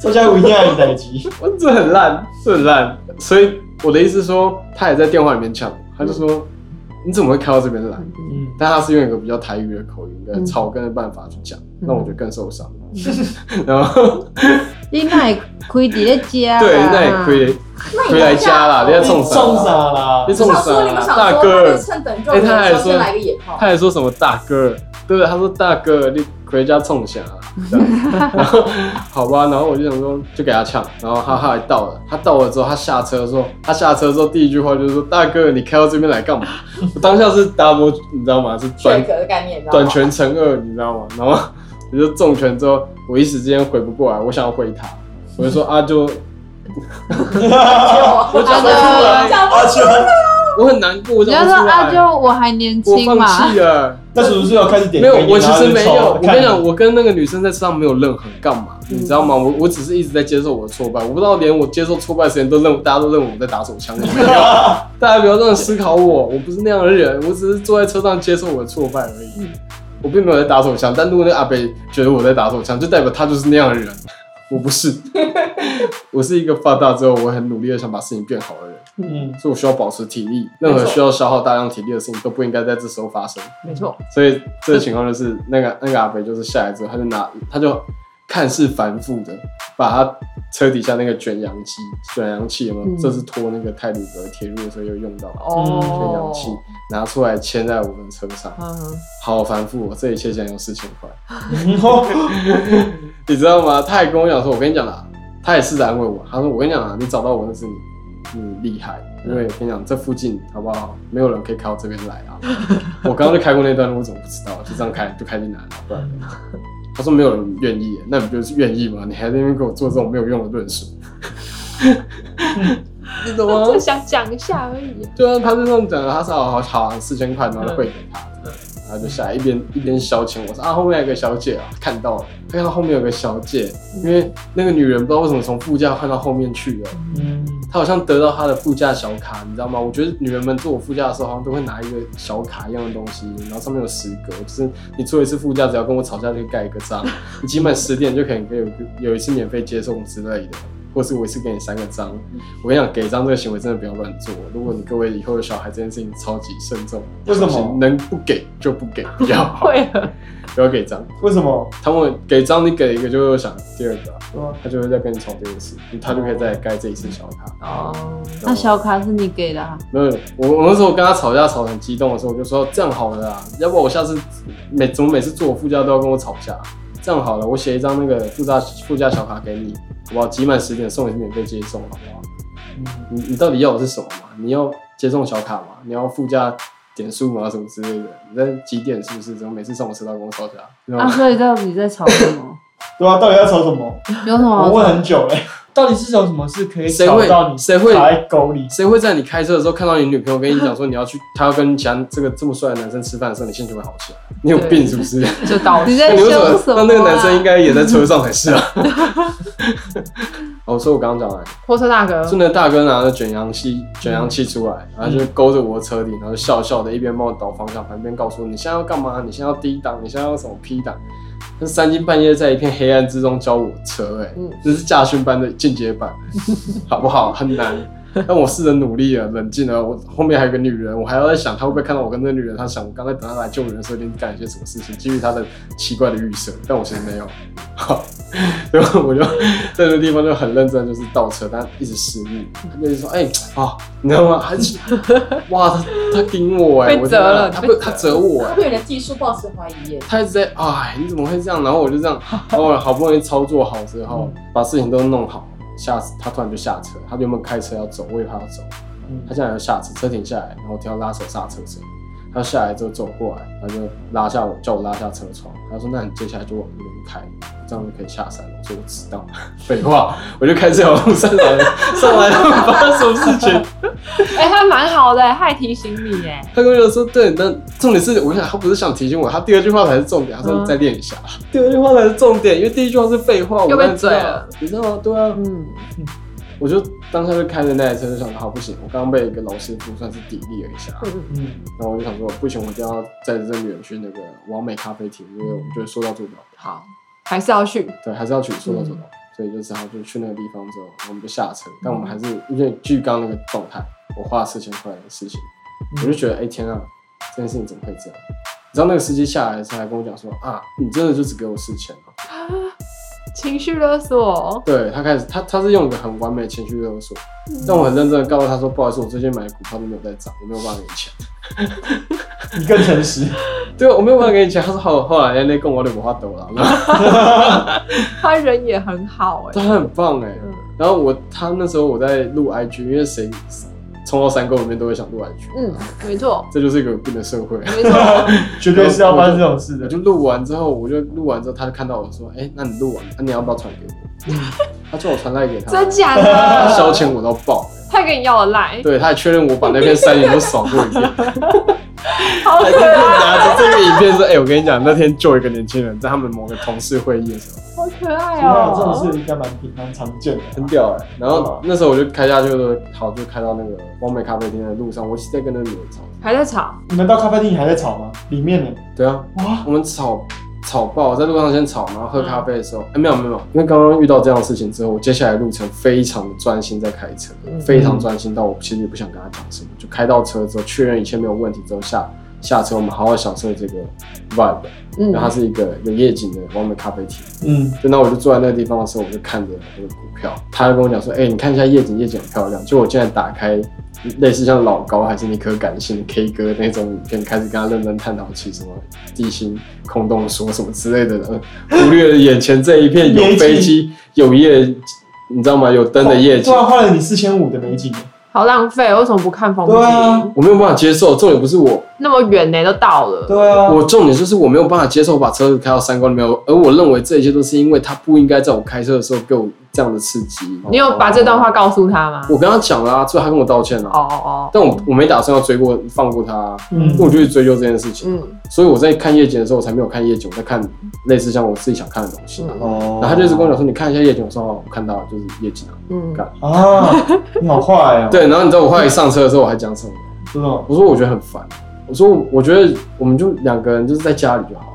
[SPEAKER 4] 这家伙一定要有代级，
[SPEAKER 2] 我这很烂，这很烂。所以我的意思是说，他也在电话里面呛我，
[SPEAKER 3] 嗯
[SPEAKER 2] 他就说你怎么会开到这边来？
[SPEAKER 4] 嗯，
[SPEAKER 2] 但他是用一个比较台语的口音的
[SPEAKER 3] 嗯
[SPEAKER 2] 草根的办法去讲，
[SPEAKER 3] 嗯
[SPEAKER 2] 那我就更受伤。 (laughs) 然后
[SPEAKER 5] 你那也亏伫咧
[SPEAKER 3] (laughs)
[SPEAKER 5] 家
[SPEAKER 2] 对，
[SPEAKER 3] 啊
[SPEAKER 2] 那也亏亏来家啦，人家冲
[SPEAKER 4] 你中
[SPEAKER 2] 啥？
[SPEAKER 4] 啥啦
[SPEAKER 2] 你？
[SPEAKER 1] 我
[SPEAKER 2] 冲
[SPEAKER 1] 想
[SPEAKER 2] 啥
[SPEAKER 1] 说，你们
[SPEAKER 2] 啦？
[SPEAKER 1] 想
[SPEAKER 2] 啊大
[SPEAKER 1] 说，那
[SPEAKER 2] 哥
[SPEAKER 1] 就。趁等撞人
[SPEAKER 2] 哎他还
[SPEAKER 1] 的时候
[SPEAKER 2] 说
[SPEAKER 1] 先来个野炮
[SPEAKER 2] 他。还说什么大哥，对不对？他说大哥，你回家冲下啊，这样 (laughs) 然后好吧，然后我就想说，就给他呛，然后他他还到了，他到了之后，他下车的时候，他下车之后第一句话就是说，大哥，你开到这边来干嘛？ (laughs) 我当下是 double，你知道吗？是
[SPEAKER 1] 缺
[SPEAKER 2] 转
[SPEAKER 1] 壳的概念，你知道
[SPEAKER 2] 短
[SPEAKER 1] 吗？
[SPEAKER 2] 拳乘二，你知道吗？然后我就中拳之后，我一时之间回不过来，我想要回他，我就说啊，就
[SPEAKER 1] 哦我
[SPEAKER 5] 讲不出来
[SPEAKER 1] 讲不
[SPEAKER 4] 阿秋，
[SPEAKER 2] 我很难过，我
[SPEAKER 5] 你要
[SPEAKER 2] 讲不出
[SPEAKER 5] 说啊，就
[SPEAKER 2] 来，
[SPEAKER 5] 我还年
[SPEAKER 2] 我
[SPEAKER 5] 轻嘛
[SPEAKER 2] 放，弃了。
[SPEAKER 4] 那是不是要开始点
[SPEAKER 2] 没
[SPEAKER 4] 给
[SPEAKER 2] 有
[SPEAKER 4] 你？，
[SPEAKER 2] 我其实没
[SPEAKER 4] 然
[SPEAKER 2] 有。
[SPEAKER 4] 后
[SPEAKER 2] 我
[SPEAKER 4] 就抽
[SPEAKER 2] 跟你讲，，我跟那个女生在车上没有任何干嘛，你知道吗？我我只是一直在接受我的挫败，我不知道连我接受挫败的时间都认，大家都认为我在打手枪，我没有。大家不要这样思考我，我不是那样的人，我只是坐在车上接受我的挫败而已。我并没有在打手枪，但如果那个阿北觉得我在打手枪，就代表他就是那样的人，我不是。我是一个发大之后，我很努力的想把事情变好的人，
[SPEAKER 4] 嗯，
[SPEAKER 2] 所以我需要保持体力，任何需要消耗大量体力的事情都不应该在这时候发生。
[SPEAKER 3] 没错，
[SPEAKER 2] 所以这个情况就是那个那个阿北就是下来之后，他就拿他就看似繁复的把他车底下那个卷扬机卷扬器有没有？
[SPEAKER 5] 嗯
[SPEAKER 2] 这次拖那个泰鲁格铁路的时候又用到卷
[SPEAKER 3] 哦
[SPEAKER 2] 扬，器，拿出来牵在我们车上，
[SPEAKER 3] 嗯，
[SPEAKER 2] 好繁复、哦，这一切竟然有四千块，
[SPEAKER 4] 嗯哦
[SPEAKER 2] 你知道吗？他还跟我讲说，我跟你讲啦，他也是在安慰我，他说我跟你讲啦，你找到我那是你。你厉害，因为跟你讲，这附近好不好？没有人可以开到这边来啊！ (laughs) 我刚刚就开过那段路，我怎么不知道？就这样开，就开进来了，不然他说没有人愿意耶，那你就是愿意吗？你还在那边给我做这种没有用的论述，你懂吗？
[SPEAKER 3] 就想讲一下而已啊。
[SPEAKER 2] 对啊，他就这样讲的，他说好好好啊，四千块，然后就汇给他，然后就下来一边一边消遣。我说啊，后面有个小姐啊，看到了，看到后面有个小姐，因为那个女人不知道为什么从副驾换到后面去了，
[SPEAKER 4] 嗯，
[SPEAKER 2] 她好像得到她的副驾小卡，你知道吗？我觉得女人们坐我副驾的时候，好像都会拿一个小卡一样的东西，然后上面有十格，就是你坐一次副驾，只要跟我吵架就盖一个
[SPEAKER 4] (laughs)
[SPEAKER 2] 章，你起满十点就可以可以有一个有一次免费接送之类的，或是我一次给你三个章。我跟你讲，给章这个行为真的不要乱做。如果你各位以后有小孩，这件事情超级慎重。
[SPEAKER 4] 为什么
[SPEAKER 2] 小心能不给就不给，比较好，
[SPEAKER 3] 会了，
[SPEAKER 2] (laughs) 不要给章。
[SPEAKER 4] 为什么？
[SPEAKER 2] 他们给章，你给一个就会想第二个啊、
[SPEAKER 4] 对吧
[SPEAKER 2] 他就会再跟你吵第二次，他就可以再盖这一次小卡。
[SPEAKER 3] 哦，
[SPEAKER 5] 那小卡是你给的啊？
[SPEAKER 2] 没有，我我那时候跟他吵架吵得很激动的时候，我就说这样好了啊，要不然我下次每怎么每次坐我副驾都要跟我吵架？这样好了，我写一张那个副驾副驾小卡给你，好不好？集满十点送你是免费接送，好不好？
[SPEAKER 4] 嗯
[SPEAKER 2] 你你到底要的是什么嘛？你要接送小卡嘛？你要附加点数嘛？什么之类的？你在几点是不是？怎么每次上我车道跟我吵架？你知道
[SPEAKER 5] 啊，
[SPEAKER 2] 吗？
[SPEAKER 5] 所以到底在吵什
[SPEAKER 2] (laughs)
[SPEAKER 5] 么？
[SPEAKER 4] 对啊，到底要吵什么？
[SPEAKER 5] 有什么
[SPEAKER 4] 我
[SPEAKER 5] 好
[SPEAKER 4] 问
[SPEAKER 5] 吵？
[SPEAKER 4] 很久哎，到底是有什么事可以
[SPEAKER 2] 谁
[SPEAKER 4] 吵
[SPEAKER 2] 会
[SPEAKER 4] 到你
[SPEAKER 2] 谁会
[SPEAKER 4] 卡在沟里？
[SPEAKER 2] 谁会在你开车的时候看到你女朋友跟你讲说你要去，她要跟其他这个这么帅的男生吃饭的时候，你心情会好起来？你有病是不是？
[SPEAKER 3] 就到
[SPEAKER 5] 你
[SPEAKER 3] 底
[SPEAKER 5] 在
[SPEAKER 2] 你为什
[SPEAKER 5] 凶
[SPEAKER 2] 么
[SPEAKER 5] 什么啊？
[SPEAKER 2] 那那个男生应该也在车上才是
[SPEAKER 5] (laughs)
[SPEAKER 2] 啊？哦，所以我刚刚讲了，
[SPEAKER 3] 拖车大哥，
[SPEAKER 2] 就那大哥拿着卷扬器卷扬器出来，然后就勾着我的车底，然后就笑笑的，一边帮我导方向，旁边告诉我你现在要干嘛？你现在要低档，你现在要什么 P 档？他三更半夜在一片黑暗之中教我车、哎、
[SPEAKER 3] 嗯
[SPEAKER 2] 这是驾训班的进阶版，好不好？很难。但我试着努力了，冷静了。我后面还有个女人，我还要在想，她会不会看到我跟那个女人？她想，我刚才等她来救人的时候，一定干了些什么事情，基于她的奇怪的预设。但我其实没有，好， (laughs) 所以我就在那个地方就很认真，就是倒车，但一直失误。她就一直说：“哎、啊，你知道吗？”她就哇，她她顶我哎、
[SPEAKER 3] 被
[SPEAKER 2] 我
[SPEAKER 3] 责了
[SPEAKER 2] 她
[SPEAKER 3] 你
[SPEAKER 2] 不
[SPEAKER 3] 被责
[SPEAKER 2] 她责我哎、
[SPEAKER 1] 对你的技术抱持怀疑耶。
[SPEAKER 2] 他一直在哎，你怎么会这样？然后我就这样，然后我好不容易操作好之后，
[SPEAKER 3] 嗯
[SPEAKER 2] 把事情都弄好，下他突然就下车，他原本开车要走，我以为他要走，
[SPEAKER 4] 嗯
[SPEAKER 2] 他竟然要下车，车停下来，然后我听到拉手刹车声，他下来之后走过来，他就拉下我，叫我拉下车窗，他说：“那你接下来就往这边开，这样就可以下山了。”我说：“我知道。”废话，我就开这条路上来，上来发生什么事情？
[SPEAKER 3] 哎，他蛮好的，他还提醒你哎，
[SPEAKER 2] 他跟我讲说，对，那重点是，我跟你讲，他不是想提醒我，他第二句话才是重点。他说
[SPEAKER 3] 嗯
[SPEAKER 2] 你再练一下，第二句话才是重点，因为第一句话是废话，我
[SPEAKER 3] 又被
[SPEAKER 2] 当然知道
[SPEAKER 3] 嘴了，
[SPEAKER 2] 你知道吗？对啊，
[SPEAKER 5] 嗯，
[SPEAKER 2] 我就当下就开着那台车，就想好不行，我刚刚被一个老师傅算是砥砺了一下，
[SPEAKER 4] 嗯，
[SPEAKER 2] 然后我就想说，不行，我一定要在这园区那个完美咖啡厅，因为我们觉得说到做到，
[SPEAKER 3] 好，还是要去，
[SPEAKER 2] 对，还是要去说到做到，所以就只好就去那个地方之后，我们就下车，但我们还是因为巨刚那个状态，我花了四千块的事情，我就觉得哎、天啊，这件事情怎么会这样？你知道那个司机下来的时候还跟我讲说啊，你真的就只给我四千啊？
[SPEAKER 3] 情绪勒索，
[SPEAKER 2] 对他开始他他是用一个很完美的情绪勒索，但我很认真的告诉他说，不好意思，我最近买的股票都没有在涨，我没有办法给你钱。
[SPEAKER 4] 你更诚实，
[SPEAKER 2] 对，我没有办法给你钱。他说好，后来哎那跟我的我花抖了，然后
[SPEAKER 3] 他人也很好哎，
[SPEAKER 2] 他很棒哎、
[SPEAKER 3] 嗯
[SPEAKER 2] 然后我他那时候我在录 IG，因为谁冲到山沟里面都会想录 IG，
[SPEAKER 3] 嗯，没错，
[SPEAKER 2] 这就是一个有病的社会。 (laughs)
[SPEAKER 4] (laughs)
[SPEAKER 3] 没错，
[SPEAKER 4] 绝对是要发生这种事
[SPEAKER 2] 我
[SPEAKER 4] 的。
[SPEAKER 2] 就录完之后，我就录完之后，他就看到我说：“哎、那你录完，那、你要不要传给我？” (laughs) 他叫我传赖给他，
[SPEAKER 3] 真假
[SPEAKER 2] 他 (laughs) 消
[SPEAKER 3] 的？
[SPEAKER 2] 遣我到爆，
[SPEAKER 3] 他跟你要了赖，
[SPEAKER 2] 对，他还确认我把那片山岩都扫过一遍，
[SPEAKER 3] (laughs) 好
[SPEAKER 2] 还
[SPEAKER 3] 可
[SPEAKER 2] 真的
[SPEAKER 3] 爱，
[SPEAKER 2] 拿着这个影片说，哎、我跟你讲，那天就有一个年轻人在他们某个同事会议的时候。
[SPEAKER 3] 好可爱
[SPEAKER 4] 那这种
[SPEAKER 3] 哦！
[SPEAKER 4] 事应该蛮平蛮常见的
[SPEAKER 2] 很
[SPEAKER 4] 啊。
[SPEAKER 2] 屌哎、然后
[SPEAKER 4] 哦
[SPEAKER 2] 那时候我就开下去了，好就开到那个完美咖啡厅的路上，我一直在跟那个女的吵。
[SPEAKER 3] 还在吵，
[SPEAKER 4] 你们到咖啡厅还在吵吗？里面呢？
[SPEAKER 2] 对啊，
[SPEAKER 4] 哇，
[SPEAKER 2] 我们吵吵爆，在路上先吵，然后喝咖啡的时候，哎、没有没有，因为刚刚遇到这样的事情之后，我接下来路程非常的专心在开车，非常专心到我其实也不想跟她讲什么，就开到车之后确认一切没有问题之后下下车，我们好好享受这个 vibe。
[SPEAKER 5] 嗯
[SPEAKER 2] 然后它是一个有夜景的完美咖啡厅，
[SPEAKER 4] 嗯，
[SPEAKER 2] 就那我就坐在那个地方的时候，我就看着那个股票，他就跟我讲说：“哎、你看一下夜景，夜景很漂亮。”就我竟然打开类似像老高还是你可感性 K 歌那种影片，开始跟他认真探讨起什么地心空洞说什么之类的了，忽略了眼前这一片有飞机、有夜，你知道吗？有灯的夜景
[SPEAKER 4] 突，然花啊了你四千五的美景。
[SPEAKER 3] 好浪费，为什么不看风
[SPEAKER 4] 对啊
[SPEAKER 3] 景？
[SPEAKER 2] 我没有办法接受。重点不是我，
[SPEAKER 3] 那么远呢，都到了，
[SPEAKER 4] 对啊，
[SPEAKER 2] 我重点就是我没有办法接受我把车子开到山沟里面，而我认为这一切都是因为他不应该在我开车的时候给我这样的刺激。
[SPEAKER 3] 你有把这段话告诉他吗？
[SPEAKER 2] 我跟他讲啦、所以他跟我道歉了、啊
[SPEAKER 3] 哦哦哦，
[SPEAKER 2] 但我我没打算要追过放过他、
[SPEAKER 4] 嗯
[SPEAKER 2] 因为我就去追究这件事情。
[SPEAKER 3] 嗯，
[SPEAKER 2] 所以我在看夜景的时候，我才没有看夜景，我在看类似像我自己想看的东西。
[SPEAKER 3] 嗯
[SPEAKER 4] 哦
[SPEAKER 2] 然后他就一直跟我讲说：“你看一下夜景。”我说：“哦，我看到了，就是夜景啊。
[SPEAKER 3] 嗯
[SPEAKER 2] 干
[SPEAKER 4] 啊，你好坏哦。”，
[SPEAKER 2] 对。然后你知道我后来上车的时候，我还讲什么吗？
[SPEAKER 4] 真的哦，
[SPEAKER 2] 我说：“我觉得很烦。”我说：“我觉得我们就两个人就是在家里就好，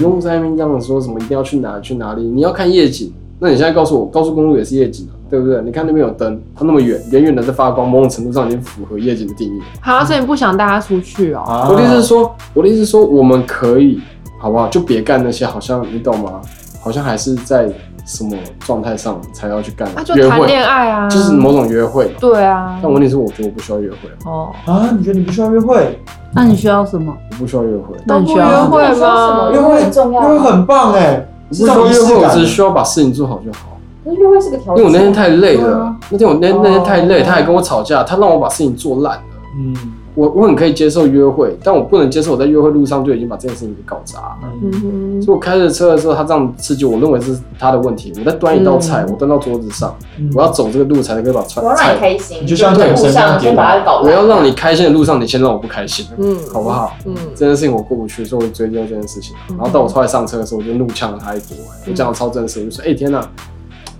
[SPEAKER 4] 嗯，
[SPEAKER 2] 用在那边这样说什么一定要去哪去哪里。你要看夜景，那你现在告诉我，高速公路也是夜景啊，对不对？你看那边有灯，它那么远，远远的在发光，某种程度上已经符合夜景的定义了。”
[SPEAKER 3] 好，所以你不想带他出去哦？
[SPEAKER 4] 啊
[SPEAKER 2] 我的意思是说，我的意思是说，我们可以，好不好？就别干那些好像你懂吗？好像还是在什么状态上才要去干、
[SPEAKER 3] 那就
[SPEAKER 2] 约
[SPEAKER 3] 谈
[SPEAKER 2] 会，
[SPEAKER 3] 恋爱啊，
[SPEAKER 2] 就是某种约会。
[SPEAKER 3] 对啊，
[SPEAKER 2] 但问题是，我觉得我不需要约会，
[SPEAKER 3] 哦，
[SPEAKER 4] 啊，你觉得你不需要约会？
[SPEAKER 5] 那你需要什么？
[SPEAKER 2] 我不需要约会。
[SPEAKER 5] 那你需
[SPEAKER 3] 都
[SPEAKER 5] 要
[SPEAKER 3] 不约
[SPEAKER 1] 吗？
[SPEAKER 3] 会嗯吗
[SPEAKER 1] 约
[SPEAKER 4] 约
[SPEAKER 1] 会
[SPEAKER 4] 会
[SPEAKER 1] 很重要
[SPEAKER 4] 约会
[SPEAKER 1] 吗，
[SPEAKER 4] 很棒哎，
[SPEAKER 2] 我不
[SPEAKER 4] 是哦
[SPEAKER 2] 需
[SPEAKER 4] 这
[SPEAKER 2] 要
[SPEAKER 4] 种仪
[SPEAKER 2] 约
[SPEAKER 4] 式
[SPEAKER 2] 会，我
[SPEAKER 4] 感
[SPEAKER 2] 只
[SPEAKER 4] 的
[SPEAKER 2] 是需要把事情做好就好。
[SPEAKER 1] 可是约会是个条件。
[SPEAKER 2] 因为我那天太累了
[SPEAKER 1] 啊，
[SPEAKER 2] 那天我那那天太累，
[SPEAKER 1] 哦
[SPEAKER 2] 他还跟我吵架，他让我把事情做烂了。
[SPEAKER 4] 嗯
[SPEAKER 2] 我我很可以接受约会，但我不能接受我在约会路上就已经把这件事情给搞砸了。
[SPEAKER 3] 嗯
[SPEAKER 4] 嗯
[SPEAKER 3] 哼，
[SPEAKER 2] 所以我开着车的时候，他这样刺激我，我认为是他的问题。我在端一道菜，
[SPEAKER 3] 嗯
[SPEAKER 2] 我端到桌子上，
[SPEAKER 4] 嗯
[SPEAKER 2] 我要走这个路才能够把
[SPEAKER 1] 我要让你
[SPEAKER 2] 川菜，
[SPEAKER 1] 开心，
[SPEAKER 4] 你就像那
[SPEAKER 1] 在
[SPEAKER 4] 种
[SPEAKER 1] 路
[SPEAKER 4] 神
[SPEAKER 1] 上
[SPEAKER 4] 经
[SPEAKER 1] 先把它搞
[SPEAKER 2] 我
[SPEAKER 1] 烂。
[SPEAKER 2] 要让你开心的路上，你先让我不开心，
[SPEAKER 3] 嗯，
[SPEAKER 2] 好不？好？
[SPEAKER 3] 嗯，
[SPEAKER 2] 这件事情我过不去，所以我追究这件事情。
[SPEAKER 3] 嗯
[SPEAKER 2] 然后到我出来上车的时候，我就怒呛了他一波、
[SPEAKER 1] 嗯
[SPEAKER 2] 我讲的超真实，我就说：“哎、天哪，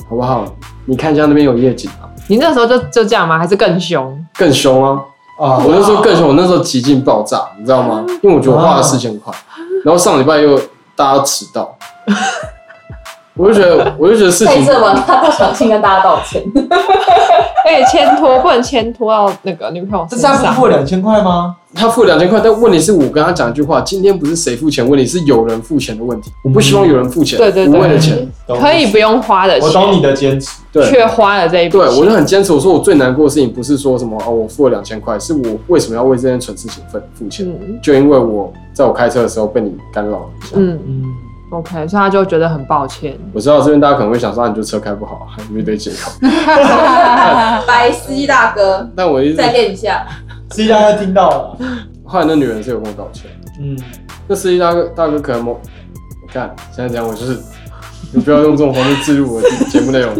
[SPEAKER 2] 好不好？你看一下那边有夜景啊，
[SPEAKER 3] 你那时候就就这样吗？还是更凶？
[SPEAKER 2] 更凶啊！”
[SPEAKER 4] 啊
[SPEAKER 2] 我，那时候更凶，我那时候极尽爆炸，你知道吗？因为我觉得我花了
[SPEAKER 4] 啊
[SPEAKER 2] 四千块，然后上礼拜又大家都迟到，我就觉得，我就觉得事
[SPEAKER 1] 在
[SPEAKER 2] 情
[SPEAKER 1] 这么 (laughs) 大的场先跟大家道歉，
[SPEAKER 3] 而且牵拖不能牵拖到那个女朋友
[SPEAKER 4] 这
[SPEAKER 3] 身
[SPEAKER 4] 是他
[SPEAKER 3] 上
[SPEAKER 4] 不，付两千块吗？
[SPEAKER 2] 他付两千块，但问题是我跟他讲一句话，今天不是谁付钱问题，是有人付钱的问题。我不希望有人付钱，
[SPEAKER 3] 嗯对对对
[SPEAKER 2] 无谓的钱。
[SPEAKER 4] 懂
[SPEAKER 3] 可以不用花的
[SPEAKER 4] 我懂
[SPEAKER 3] 钱，
[SPEAKER 4] 你的坚持，
[SPEAKER 2] 对
[SPEAKER 3] 却花了这一笔
[SPEAKER 2] 对，
[SPEAKER 3] 钱。
[SPEAKER 2] 我就很坚持，我说我最难过的事情不是说什么哦，我付了两千块，是我为什么要为这件蠢事情付付钱？
[SPEAKER 3] 嗯
[SPEAKER 2] 就因为我在我开车的时候被你干扰了一下。
[SPEAKER 3] 嗯
[SPEAKER 4] 嗯，
[SPEAKER 3] ，OK，所以他就觉得很抱歉。
[SPEAKER 2] 我知道这边大家可能会想说，啊你就车开不好，还有一堆借口。
[SPEAKER 1] (laughs) 白司机大哥，
[SPEAKER 2] 但我一直
[SPEAKER 1] 再练一下。
[SPEAKER 4] 司机大概听到了，
[SPEAKER 2] 后来那女人是有跟我道歉，
[SPEAKER 4] 嗯，
[SPEAKER 2] 那司机大哥大哥可能某，你看现在讲我就是，你不要用这种方式置入我的节目内容，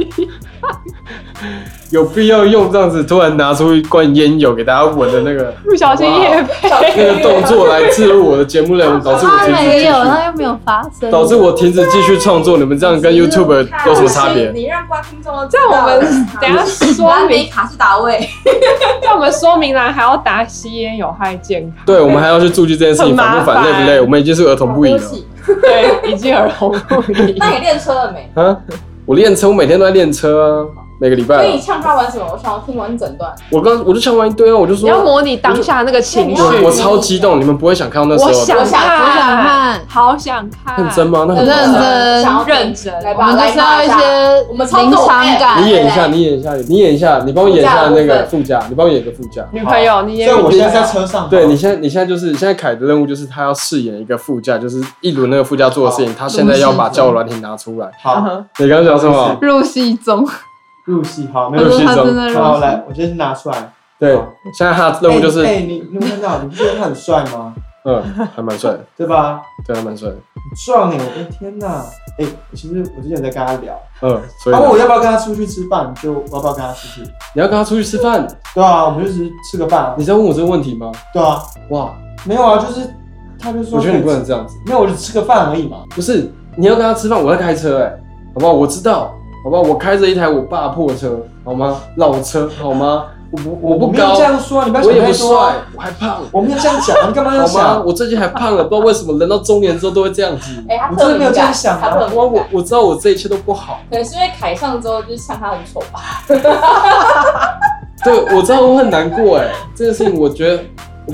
[SPEAKER 2] 有必要用这样子突然拿出一罐烟油给大家闻的那个
[SPEAKER 3] 不小心也
[SPEAKER 2] 那个动作来置入我的节目内容，导致我
[SPEAKER 5] 他
[SPEAKER 2] 停止
[SPEAKER 5] 没
[SPEAKER 2] 继
[SPEAKER 5] 有，
[SPEAKER 2] 续，
[SPEAKER 5] 他又没有发生。
[SPEAKER 2] 导致我停止继续创作。你们这样跟 YouTube 有什么差别？
[SPEAKER 1] 你让瓜听众都知
[SPEAKER 3] 在
[SPEAKER 1] 道
[SPEAKER 3] 我们等一下说
[SPEAKER 1] 没
[SPEAKER 3] 明，
[SPEAKER 1] 卡是打位，
[SPEAKER 3] 在我们说明栏还要答吸烟有害健康。
[SPEAKER 2] 对，我们还要去注记这件事情，
[SPEAKER 3] 很
[SPEAKER 2] 反
[SPEAKER 3] 麻
[SPEAKER 2] 不反累不累？
[SPEAKER 3] 烦
[SPEAKER 2] 我们已经是儿童不宜了
[SPEAKER 1] 好多戏
[SPEAKER 3] 对，已经耳聋目已。
[SPEAKER 1] 那你练车了没？
[SPEAKER 2] 啊！我练车，我每天都在练车啊，每个礼
[SPEAKER 1] 所以
[SPEAKER 2] 拜
[SPEAKER 1] 你。呛他玩什么？我想要听完整段。
[SPEAKER 2] 我刚我就唱完一堆啊，我就
[SPEAKER 3] 你
[SPEAKER 2] 说
[SPEAKER 3] 要模拟当下那个情绪。
[SPEAKER 2] 我我超激动，你们不会想看到那时候
[SPEAKER 3] 我
[SPEAKER 2] 的。
[SPEAKER 3] 想
[SPEAKER 1] 我想
[SPEAKER 3] 看，
[SPEAKER 5] 我想看
[SPEAKER 3] 好想看。
[SPEAKER 2] 啊认真？吗？那很
[SPEAKER 5] 认真
[SPEAKER 1] 想要听
[SPEAKER 3] 认真
[SPEAKER 1] 来
[SPEAKER 5] 我
[SPEAKER 1] 吧，
[SPEAKER 5] 们就
[SPEAKER 1] 来
[SPEAKER 5] 是要一
[SPEAKER 1] 骂
[SPEAKER 5] 些
[SPEAKER 1] 我们超
[SPEAKER 5] 临
[SPEAKER 1] 懂
[SPEAKER 5] 场
[SPEAKER 1] 欸
[SPEAKER 5] 感。
[SPEAKER 2] 你演一下，你演一下，你演一下，你帮我演一下那个副驾，你帮我演一个副驾。
[SPEAKER 3] 女朋友，你
[SPEAKER 4] 所
[SPEAKER 3] 也
[SPEAKER 4] 以我现在在车上，
[SPEAKER 2] 对你现在，你现在就是现在凯的任务就是他要饰演一个副驾，就是一轮那个副驾做的事情，他现在要把交友软体拿出来。
[SPEAKER 5] 嗯
[SPEAKER 4] 好
[SPEAKER 2] 你刚刚讲什么？
[SPEAKER 5] 入戏中，
[SPEAKER 4] 入戏，好，没
[SPEAKER 5] 我
[SPEAKER 4] 有
[SPEAKER 5] 说
[SPEAKER 4] 戏
[SPEAKER 5] 他真的入戏。
[SPEAKER 4] 好来，我先拿出来。
[SPEAKER 2] 对，现在他的任务就是
[SPEAKER 4] 哎，哎你你有没有看到？你不觉得他很帅吗？
[SPEAKER 2] 嗯，还蛮帅的，
[SPEAKER 4] 对吧？
[SPEAKER 2] 对，还蛮帅的，
[SPEAKER 4] 很壮哎、我的天哪！哎、其实我之前在跟他聊，
[SPEAKER 2] (laughs) 嗯，所
[SPEAKER 4] 他
[SPEAKER 2] 以呢
[SPEAKER 4] 问我要不要跟他出去吃饭，就我要不要跟他出去？
[SPEAKER 2] 你要跟他出去吃饭，
[SPEAKER 4] 对啊，我们就只是吃个饭啊。
[SPEAKER 2] 你在问我这个问题吗？
[SPEAKER 4] 对啊，
[SPEAKER 2] 哇，
[SPEAKER 4] 没有啊，就是他就说，
[SPEAKER 2] 我觉得你不能，这样子，
[SPEAKER 4] 没有，我就吃个饭而已嘛。
[SPEAKER 2] 不是你要跟他吃饭，我在开车、哎，好不好？我知道，好不好？我开着一台我爸破车，好吗？老车，好吗？我不，我不
[SPEAKER 4] 没有
[SPEAKER 2] 高
[SPEAKER 4] 这，样说，你不要
[SPEAKER 2] 我
[SPEAKER 4] 想
[SPEAKER 2] 也
[SPEAKER 4] 太
[SPEAKER 2] 不
[SPEAKER 4] 多啊。
[SPEAKER 2] 帅，我还胖，
[SPEAKER 4] 我没有这样讲，你干嘛要
[SPEAKER 2] 好吗？
[SPEAKER 4] 想？
[SPEAKER 2] 我最近还胖了，不知道为什么人到中年之后都会这样子。
[SPEAKER 1] 哎，他
[SPEAKER 4] 我真
[SPEAKER 1] 特
[SPEAKER 4] 的没有
[SPEAKER 1] 敏
[SPEAKER 4] 这样
[SPEAKER 1] 感，
[SPEAKER 4] 想
[SPEAKER 1] 他
[SPEAKER 4] 啊
[SPEAKER 1] 特
[SPEAKER 2] 我
[SPEAKER 1] 敏
[SPEAKER 2] 我
[SPEAKER 1] 感，
[SPEAKER 2] 我知道我这一切都不好，
[SPEAKER 1] 可能是因为凯上之后就是像他很丑吧。
[SPEAKER 2] 对我知道我很难过哎、这件事情我觉得我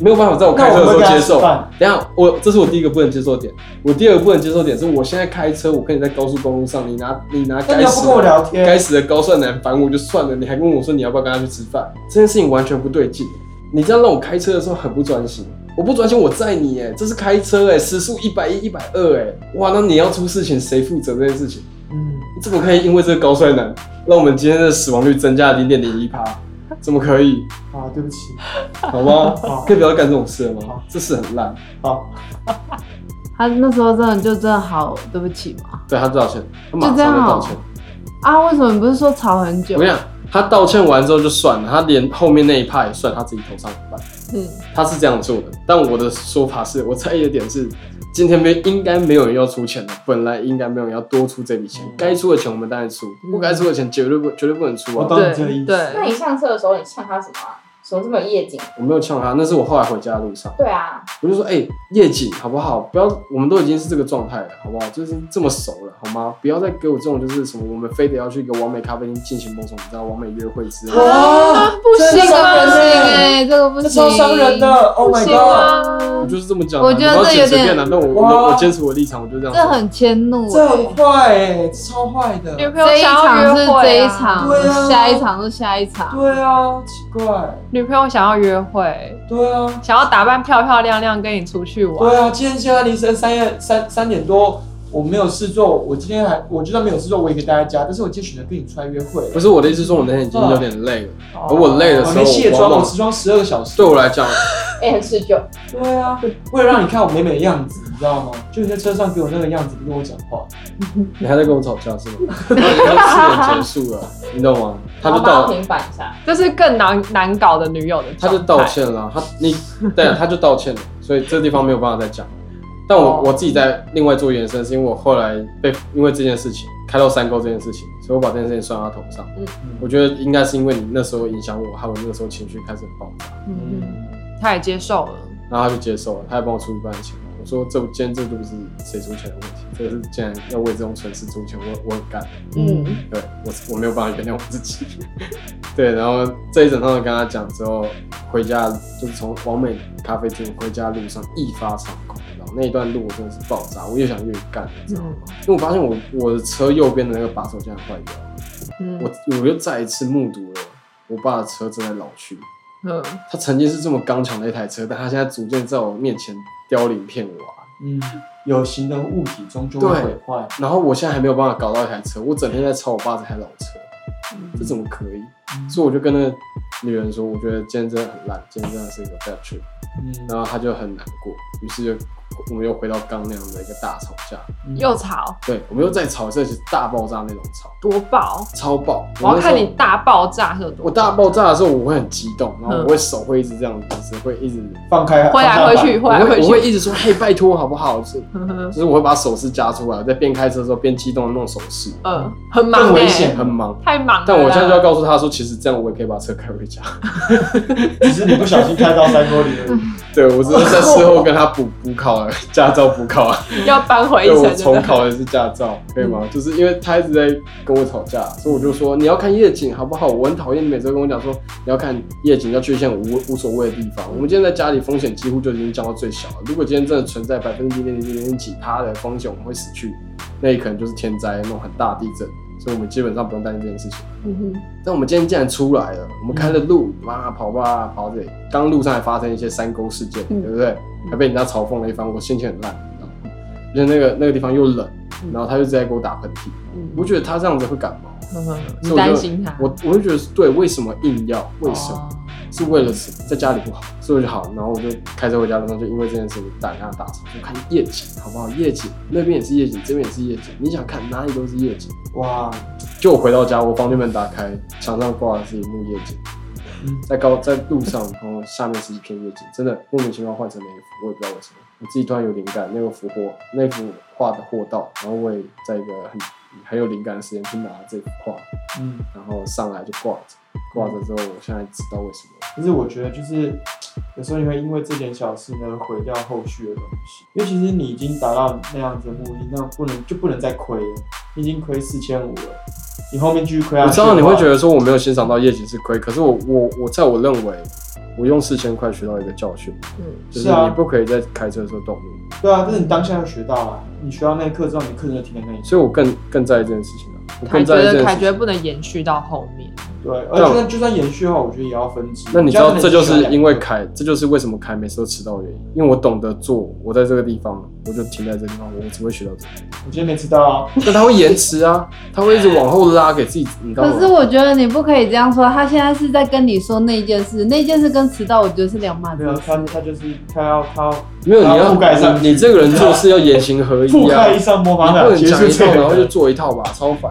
[SPEAKER 2] 没有办法在我开车的时候接
[SPEAKER 4] 那
[SPEAKER 2] 受。
[SPEAKER 4] 我们
[SPEAKER 2] 等一下我这是我第一个不能接受的点，我第二个不能接受的点是我现在开车，我跟你在高速公路上，你拿你拿
[SPEAKER 4] 那你
[SPEAKER 2] 该
[SPEAKER 4] 要不
[SPEAKER 2] 死
[SPEAKER 4] 跟我
[SPEAKER 2] 的
[SPEAKER 4] 聊
[SPEAKER 2] 该
[SPEAKER 4] 天？
[SPEAKER 2] 死的高帅男烦我就算了，你还跟我说你要不要跟他去吃饭，这件事情完全不对劲。你这样让我开车的时候很不专心，我不专心我载你哎、这是开车哎、时速一百一一百二哎，哇，那你要出事情谁负责这件事情？
[SPEAKER 4] 嗯，
[SPEAKER 2] 怎么可以因为这个高帅男，让我们今天的死亡率增加零点零一趴？怎么可以？
[SPEAKER 4] 好，啊对不
[SPEAKER 2] (laughs)
[SPEAKER 4] 起，
[SPEAKER 2] 好吗
[SPEAKER 4] 好？
[SPEAKER 2] 可以不要干这种事了吗
[SPEAKER 4] 好？
[SPEAKER 2] 这事很烂。
[SPEAKER 4] 好，
[SPEAKER 5] 他那时候真的就真的好对不起嘛。
[SPEAKER 2] 对他道歉，他马上
[SPEAKER 5] 就这
[SPEAKER 2] 就
[SPEAKER 5] 样哦
[SPEAKER 2] 道歉。
[SPEAKER 5] 啊，为什么你不是说吵很久
[SPEAKER 2] 我跟？你讲，他道歉完之后就算了，他连后面那一趴也算他自己头上一半。
[SPEAKER 5] 嗯，
[SPEAKER 2] 他是这样做的，但我的说法是我在意的点是，今天没应该没有人要出钱的，本来应该没有人要多出这笔钱，该出的钱我们当然出，不该出的钱绝对不绝对不能出
[SPEAKER 4] 嗯我
[SPEAKER 2] 啊。
[SPEAKER 4] 懂你这个意思。
[SPEAKER 5] 对
[SPEAKER 1] 那你上车的时候你呛他什么啊？什么这么有夜景？
[SPEAKER 2] 我没有呛他，那是我后来回家的路上。
[SPEAKER 1] 对啊，
[SPEAKER 2] 我就说，哎、夜景好不好？不要，我们都已经是这个状态了，好不好？就是这么熟了，好吗？不要再给我这种就是什么，我们非得要去一个完美咖啡厅进行某种你知道完美约会之类的。
[SPEAKER 5] 啊，不
[SPEAKER 4] 这
[SPEAKER 5] 行
[SPEAKER 4] 伤
[SPEAKER 5] 啊，
[SPEAKER 4] 人的
[SPEAKER 5] 不行哎，这个不
[SPEAKER 4] 这
[SPEAKER 5] 行，
[SPEAKER 4] 超伤人的，Oh
[SPEAKER 5] 不
[SPEAKER 4] my god，
[SPEAKER 5] 行
[SPEAKER 2] 我
[SPEAKER 5] 啊，
[SPEAKER 2] 就是这么讲的，
[SPEAKER 5] 我觉得
[SPEAKER 2] 你不要
[SPEAKER 5] 这有
[SPEAKER 2] 剪随便
[SPEAKER 5] 点
[SPEAKER 2] 啊那我我
[SPEAKER 4] 哇
[SPEAKER 2] 我坚持我的立场，我就这样说。
[SPEAKER 5] 这很迁怒
[SPEAKER 4] 这很
[SPEAKER 5] 哎。
[SPEAKER 4] 坏哎，这超坏的。
[SPEAKER 3] 女朋友
[SPEAKER 5] 这一
[SPEAKER 3] 想要
[SPEAKER 5] 场
[SPEAKER 3] 约
[SPEAKER 5] 是
[SPEAKER 3] 会、啊，
[SPEAKER 5] 这一场
[SPEAKER 4] 对啊，
[SPEAKER 5] 下一场是下一场，
[SPEAKER 4] 对啊，奇怪，
[SPEAKER 3] 女朋友想要约会，
[SPEAKER 4] 对啊，
[SPEAKER 3] 想要打扮漂漂亮亮跟你出去玩，
[SPEAKER 4] 对啊，今天现在凌晨三夜三三点多，我没有事做，我今天还我就算没有事做，我也可以待在家，但是我今天选择跟你出来约会
[SPEAKER 2] 不。是我的意思，说我那天已经有点累了，
[SPEAKER 1] 哦
[SPEAKER 2] 而我累的
[SPEAKER 4] 我
[SPEAKER 2] 时候，
[SPEAKER 4] 没哦卸
[SPEAKER 2] 我
[SPEAKER 4] 妆，
[SPEAKER 2] 往
[SPEAKER 4] 我
[SPEAKER 2] 往
[SPEAKER 4] 持妆十二个小时。
[SPEAKER 2] 对我来讲，
[SPEAKER 1] 哎，很持久。
[SPEAKER 4] 对啊，为了让你看我美美的样子，你知道吗？就你在车上给我那个样子，不跟我讲话。
[SPEAKER 2] 你还在跟我吵架是
[SPEAKER 4] (laughs)
[SPEAKER 2] 吗？然后已经四点结束了，你懂吗？他就
[SPEAKER 1] 好帮
[SPEAKER 2] 道
[SPEAKER 1] 我平反一下。
[SPEAKER 3] 这是更难难搞的女友的状
[SPEAKER 2] 他就
[SPEAKER 3] 态。
[SPEAKER 2] 道歉了，他你
[SPEAKER 1] (laughs)
[SPEAKER 2] 对啊，他就道歉了，所以这地方没有办法再讲。但我、
[SPEAKER 3] 哦
[SPEAKER 2] 我自己在另外做延伸，是因为我后来被因为这件事情开到山沟这件事情，所以我把这件事情算到他头上。
[SPEAKER 1] 嗯
[SPEAKER 2] 我觉得应该是因为你那时候影响我，还有那个时候情绪开始很爆炸，
[SPEAKER 5] 嗯，
[SPEAKER 3] 他也接受了。
[SPEAKER 2] 然后他就接受了，他还帮我出一半的钱。我说这今天这就不是谁出钱的问题，这个是既然要为这种蠢事出钱，我我很干。
[SPEAKER 1] 嗯，
[SPEAKER 2] 对我我没有办法原谅我自己。 (laughs) 对，然后这一整套跟他讲之后，回家就是从完美咖啡厅回家路上一发长空，然后那一段路我真的是爆炸，我越想越干，你知道吗？因为我发现我我的车右边的那个把手竟然坏掉了，
[SPEAKER 3] 嗯
[SPEAKER 2] 我我又再一次目睹了我爸的车正在老去。
[SPEAKER 3] 嗯，
[SPEAKER 2] 他曾经是这么刚强的一台车，但他现在逐渐在我面前凋零片瓦。
[SPEAKER 4] 嗯，有形的物体终究会
[SPEAKER 2] 对
[SPEAKER 4] 毁坏。
[SPEAKER 2] 然后我现在还没有办法搞到一台车，我整天在操我爸这台老车，
[SPEAKER 3] 嗯
[SPEAKER 2] 这怎么可以？所以我就跟那女人说，我觉得今天真的很烂，今天真的是一个 bad trip。
[SPEAKER 4] 嗯，
[SPEAKER 2] 然后她就很难过，于是就我们又回到刚那样的一个大吵架，
[SPEAKER 3] 又吵，
[SPEAKER 2] 对，我们又再吵一次，是大爆炸那种吵，
[SPEAKER 3] 多爆！
[SPEAKER 2] 超爆。
[SPEAKER 3] 我要看
[SPEAKER 2] 那时
[SPEAKER 3] 你
[SPEAKER 2] 候。
[SPEAKER 3] 大爆炸是有多
[SPEAKER 2] 我大爆炸的时候，我会很激动，然后
[SPEAKER 3] 嗯
[SPEAKER 2] 我会手会一直这样子，会一直，
[SPEAKER 4] 放开，
[SPEAKER 3] 挥来
[SPEAKER 4] 放
[SPEAKER 3] 挥
[SPEAKER 4] 下吧
[SPEAKER 3] 去，。挥嗯
[SPEAKER 2] 我
[SPEAKER 3] 来
[SPEAKER 2] 会
[SPEAKER 3] 挥
[SPEAKER 2] 我会
[SPEAKER 3] 去。
[SPEAKER 2] 一直说，嘿，拜托好不好？就是
[SPEAKER 3] 呵呵
[SPEAKER 2] 就是我会把手势夹出来，我在边开车的时候边激动的弄手势，
[SPEAKER 3] 嗯，很忙
[SPEAKER 4] 更危
[SPEAKER 3] 哎，
[SPEAKER 4] 险，
[SPEAKER 2] 很忙。
[SPEAKER 3] 太忙了啦。
[SPEAKER 2] 但我现在就要告诉他说，其实这样我也可以把车开回家。 (laughs)
[SPEAKER 4] 只是你不小心开到山沟里而已。
[SPEAKER 2] 对我只是在事后跟他补补考了驾照补考啊，
[SPEAKER 3] 要搬回
[SPEAKER 2] 对我
[SPEAKER 3] 程，
[SPEAKER 2] 重考的是驾照，可以吗？就是因为他一直在跟我吵架，所以我就说你要看夜景好不好？我很讨厌你每次都跟我讲说你要看夜景，要去一些无无所谓的地方。我们今天在家里风险几乎就已经降到最小了。如果今天真的存在百分之零点零零几趴的风险，我们会死去，那也可能就是天灾那种很大的地震，所以我们基本上不用担心这件事情。
[SPEAKER 3] 嗯
[SPEAKER 2] 但我们今天竟然出来了，我们开了路，哇，跑吧跑到这里，刚路上还发生一些山沟事件，
[SPEAKER 3] 嗯
[SPEAKER 2] 对不对？还被人家嘲讽了一番，我心情很烂，你知道吗？而且那个那个地方又冷，
[SPEAKER 3] 嗯
[SPEAKER 2] 然后他就一直在给我打喷嚏，我觉得他这样子会感冒，
[SPEAKER 3] 哼，
[SPEAKER 2] 所以我就
[SPEAKER 5] 你担心他？
[SPEAKER 2] 我我就觉得对，为什么硬要？为什么？
[SPEAKER 5] 哦？
[SPEAKER 2] 是为了什么？在家里不好，所以我就好，然后我就开车回家路上就因为这件事情打架大吵。我看夜景好不好？夜景那边也是夜景，这边也是夜景，你想看哪里都是夜景。
[SPEAKER 3] (laughs)
[SPEAKER 4] 哇，
[SPEAKER 2] 就我回到家，我房间门打开，墙上挂的是一幕夜景，
[SPEAKER 4] 嗯
[SPEAKER 2] 在高 (laughs) 在路上，然后下面是一片夜景，真的莫名其妙换成了一幅，我也不知道为什么，我自己突然有灵感，那个幅画那幅画的货到，然后我也在一个很很有灵感的时间去拿这幅画，
[SPEAKER 4] 嗯，
[SPEAKER 2] 然后上来就挂着，挂着之后，我现在知道为什么。
[SPEAKER 4] 但是我觉得就是有时候你会因为这点小事呢毁掉后续的东西，因为其实你已经达到那样子的目的，那不能就不能再亏了，你已经亏四千五了，你后面继续亏下
[SPEAKER 2] 我
[SPEAKER 4] 啊去
[SPEAKER 2] 知
[SPEAKER 4] 的话，
[SPEAKER 2] 道你会觉得说我没有欣赏到业绩是亏，可是我我我在我认为，我用四千块学到一个教训，
[SPEAKER 5] 嗯，
[SPEAKER 2] 就是
[SPEAKER 4] 是啊
[SPEAKER 2] 你不可以在开车的时候动怒，
[SPEAKER 4] 对啊，但是你当下要学到啊，你学到那一刻之后，你课程就停在那里。
[SPEAKER 2] 所以我更更在意这件事情了，啊我
[SPEAKER 3] 凯
[SPEAKER 2] 更
[SPEAKER 3] 觉
[SPEAKER 2] 在意这
[SPEAKER 3] 得
[SPEAKER 2] 件
[SPEAKER 3] 凯
[SPEAKER 2] 事
[SPEAKER 3] 觉得
[SPEAKER 2] 情。
[SPEAKER 3] 不能延续到后面，
[SPEAKER 4] 对，而就算就算延续的话，我觉得也要分支。
[SPEAKER 2] 那你知道这就是因为
[SPEAKER 4] 开，
[SPEAKER 2] 凯，这就是为什么凯每次都迟到的原因，因为我懂得做，我在这个地方，我就停在这个地方，我只会学到这个。
[SPEAKER 4] 我今天没吃到啊，
[SPEAKER 2] 但他会延迟 (laughs) 啊，他会一直往后拉给自己，你知道吗？
[SPEAKER 5] 可是我觉得你不可以这样说，他现在是在跟你说那件事，那件事跟迟到我觉得是两码
[SPEAKER 4] 没
[SPEAKER 5] 子
[SPEAKER 4] 有，
[SPEAKER 5] 事
[SPEAKER 4] 他。他就是他要他要
[SPEAKER 2] 没有你
[SPEAKER 4] 然后覆盖
[SPEAKER 2] 要
[SPEAKER 4] 上
[SPEAKER 2] 你你这个人做事要言行
[SPEAKER 4] (laughs)
[SPEAKER 2] 合
[SPEAKER 4] 覆
[SPEAKER 2] 一啊，
[SPEAKER 4] 盖一
[SPEAKER 2] 你
[SPEAKER 4] 上魔
[SPEAKER 2] 不
[SPEAKER 4] 法塔，
[SPEAKER 2] 能
[SPEAKER 4] 结
[SPEAKER 2] 讲
[SPEAKER 4] 束
[SPEAKER 2] 一
[SPEAKER 4] 这
[SPEAKER 2] 套
[SPEAKER 4] 个
[SPEAKER 2] 然后就做一套吧，超烦，